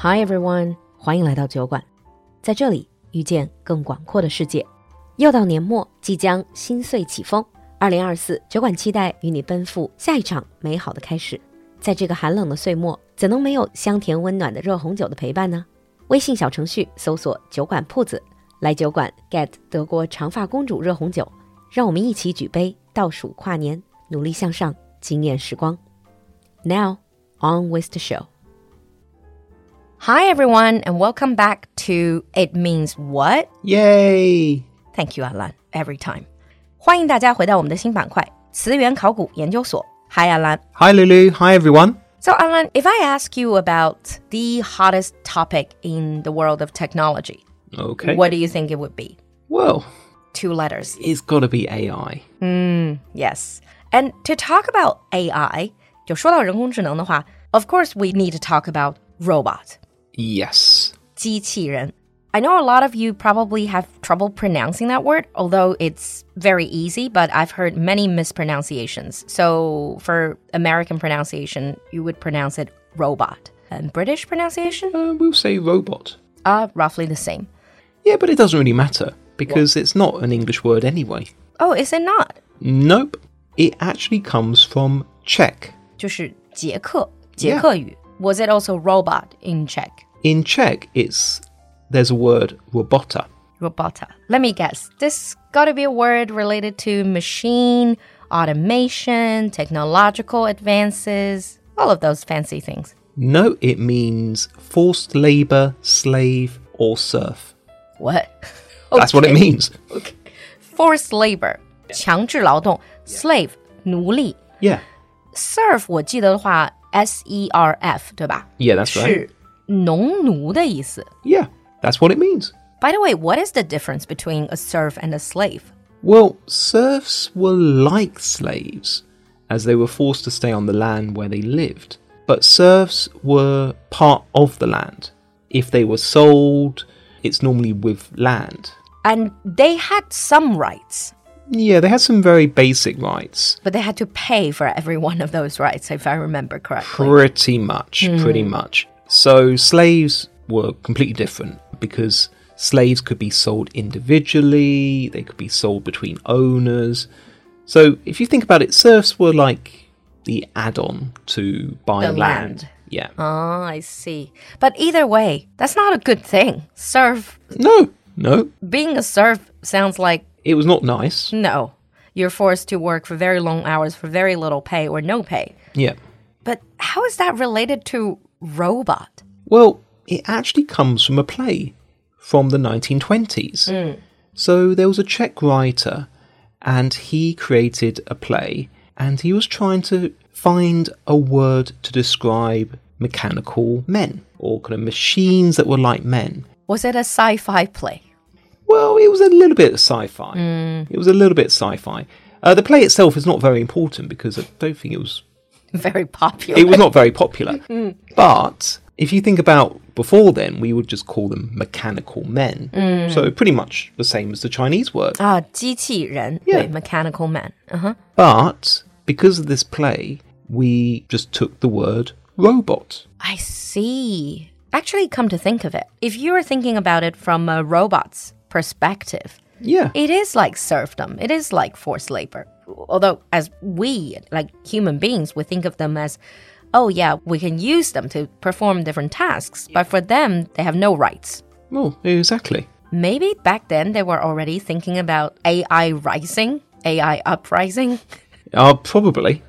Hi everyone，欢迎来到酒馆，在这里遇见更广阔的世界。又到年末，即将新岁起风。二零二四，酒馆期待与你奔赴下一场美好的开始。在这个寒冷的岁末，怎能没有香甜温暖的热红酒的陪伴呢？微信小程序搜索“酒馆铺子”，来酒馆 get 德国长发公主热红酒，让我们一起举杯倒数跨年，努力向上，惊艳时光。Now on with the show. Hi, everyone, and welcome back to It Means What? Yay! Thank you, Alan, every time. 欢迎大家回到我们的新板块——词源考古研究所。Hi, Alan. Hi, Lulu. Hi, everyone. So, Alan, if I ask you about the hottest topic in the world of technology, Okay. what do you think it would be? Well, Two letters. it's got to be AI. Yes. And to talk about AI, 就说到人工智能的话, of course, we need to talk about robot. Yes. 机器人. I know a lot of you probably have trouble pronouncing that word, although it's very easy, but I've heard many mispronunciations. So for American pronunciation, you would pronounce it robot. And British pronunciation Uh, we'll say robot. are roughly the same. Yeah, but it doesn't really matter because it's not an English word anyway. Oh, is it not? Nope. It actually comes from Czech. 就是捷克,捷克语. Was it also robot in Czech? In Czech, it's there's a word robota. Robota. Let me guess. This got to be a word related to machine, automation, technological advances, all of those fancy things. No, it means forced labor, slave, or serf. What? Oh, That's what it means. Forced labor. 强制劳动 slave 奴隶 Yeah. serf 我记得的话 S E R F 对吧 Yeah, that's right. 是农奴的意思 Yeah, that's what it means. By the way, what is the difference between a serf and a slave? Well, serfs were like slaves, as they were forced to stay on the land where they lived. But serfs were part of the land. If they were sold, it's normally with land. And they had some rights, Yeah, they had some very basic rights. but they had to pay for every one of those rights, if I remember correctly. Pretty much, Hmm. pretty much. So slaves were completely different because slaves could be sold individually, they could be sold between owners. So if you think about it, serfs were like the add on to buying The land. Yeah. Ah, I see. But either way, that's not a good thing. Serf, No, no. being a serf sounds like It was not nice. No. You're forced to work for very long hours for very little pay or no pay. Yeah. But how is that related to robot? Well, it actually comes from a play from the 1920s. So there was a Czech writer and he created a play and he was trying to find a word to describe mechanical men or kind of machines that were like men. Was it a sci fi play? Well, it was a little bit sci fi. It was a little bit sci fi. Uh, the play itself is not very important because I don't think it was Very popular. it was not very popular. but if you think about before then, we would just call them mechanical men. So pretty much the same as the Chinese word. Ah, 机器人, Yeah. wait, mechanical man. Uh-huh. But because of this play, we just took the word robot. I see. Actually, come to think of it, if you're thinking about it from a robot's perspective, Yeah. it is like serfdom. It is like forced labor. Although, as we, like human beings, we think of them as, oh, yeah, we can use them to perform different tasks. But for them, they have no rights. Well, exactly. Maybe back then they were already thinking about AI rising, AI uprising. Uh, probably.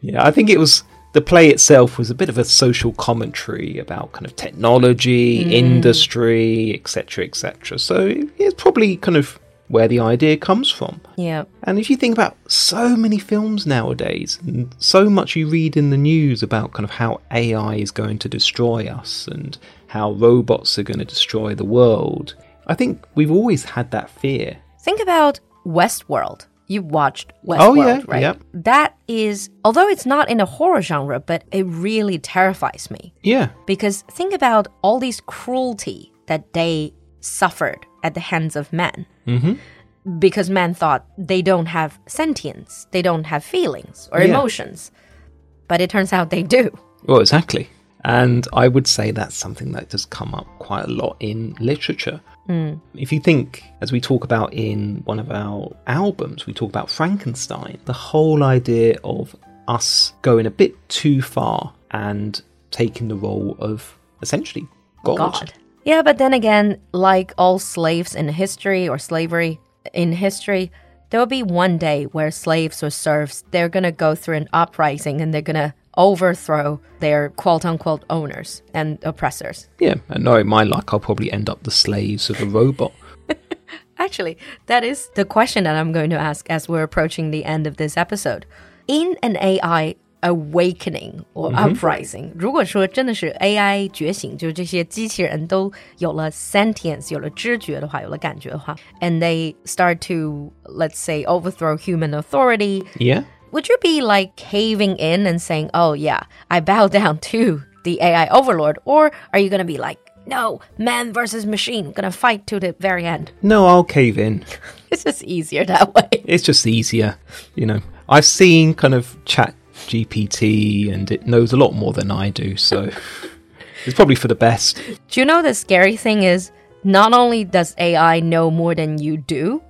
yeah, I think it was the play itself was a bit of a social commentary about kind of technology, industry, etc., etc. So it's probably kind of where the idea comes from. Yeah. And if you think about so many films nowadays, and so much you read in the news about kind of how AI is going to destroy us and how robots are going to destroy the world, I think we've always had that fear. Think about Westworld. You watched Westworld, Oh, yeah, right? yeah. That is, although it's not in a horror genre, but it really terrifies me. Yeah, Because think about all these cruelty that they suffered at the hands of men. Mm-hmm. Because men thought they don't have sentience, they don't have feelings or Yeah. emotions. But it turns out they do. well, exactly. And I would say that's something that does come up quite a lot in literature. If you think, as we talk about in one of our albums, we talk about Frankenstein, the whole idea of us going a bit too far and taking the role of essentially God. God. Yeah, but then again, like all slaves in history or slavery in history, there will be one day where slaves or serfs, they're going to go through an uprising and they're going to overthrow their quote unquote owners and oppressors. Yeah, and knowing my luck, I'll probably end up the slaves of a robot. Actually, that is the question that I'm going to ask as we're approaching the end of this episode. In an AI awakening or uprising，、如果说真的是 AI 觉醒，就是这些机器人都有了 sentience，有了知觉的话，有了感觉的话，and they start to let's say overthrow human authority， Yeah? would you be like caving in and saying, oh, yeah, I bow down to the AI overlord? Or are you going to be like, no, man versus machine, gonna fight to the very end? No, I'll cave in. It's just easier that way. It's just easier, you know. I've seen kind of chat GPT and it knows a lot more than I do, so it's probably for the best. Do you know the scary thing is not only does AI know more than you do,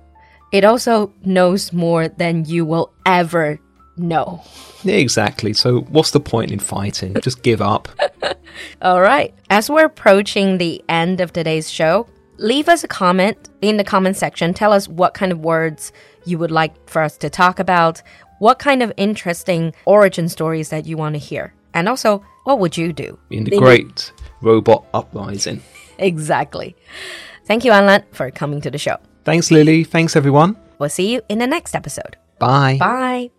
it also knows more than you will ever know. Yeah, exactly. So what's the point in fighting? Just give up. All right. As we're approaching the end of today's show, leave us a comment in the comment section. Tell us what kind of words you would like for us to talk about, what kind of interesting origin stories that you want to hear, and also what would you do? In the great robot uprising. Exactly. Thank you, Anlan, for coming to the show. Thanks, Lily. Thanks, everyone. We'll see you in the next episode. Bye. Bye.